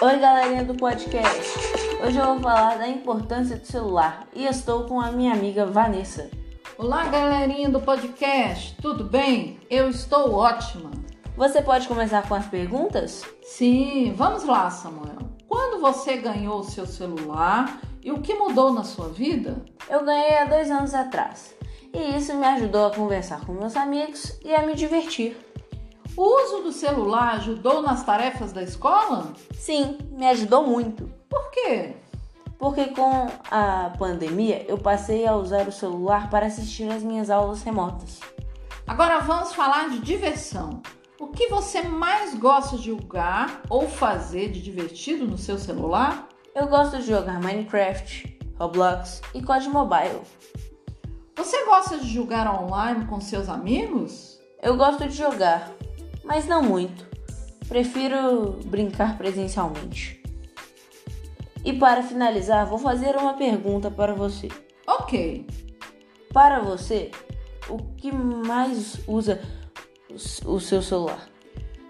Oi, galerinha do podcast. Hoje eu vou falar da importância do celular e estou com a minha amiga Vanessa. Olá, galerinha do podcast, tudo bem? Eu estou ótima. Você pode começar com as perguntas? Sim, vamos lá, Samuel. Quando você ganhou o seu celular e o que mudou na sua vida? Eu ganhei há dois anos atrás e isso me ajudou a conversar com meus amigos e a me divertir. O uso do celular ajudou nas tarefas da escola? Sim, me ajudou muito, Por quê? porque com a pandemia eu passei a usar o celular para assistir às minhas aulas remotas. Agora vamos falar de diversão. O que você mais gosta de jogar ou fazer de divertido no seu celular? Eu gosto de jogar Minecraft, Roblox e COD Mobile. Você gosta de jogar online com seus amigos? Eu gosto de jogar, mas não muito. Prefiro brincar presencialmente. E para finalizar, vou fazer uma pergunta para você. Ok, Para você, o que mais usa o- o seu celular?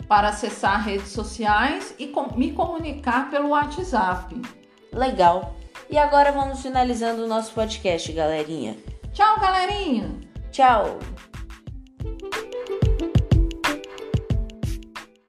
para acessar redes sociais e com- me comunicar pelo WhatsApp. Legal. E agora vamos finalizando o nosso podcast, galerinha. Tchau, galerinha! Tchau.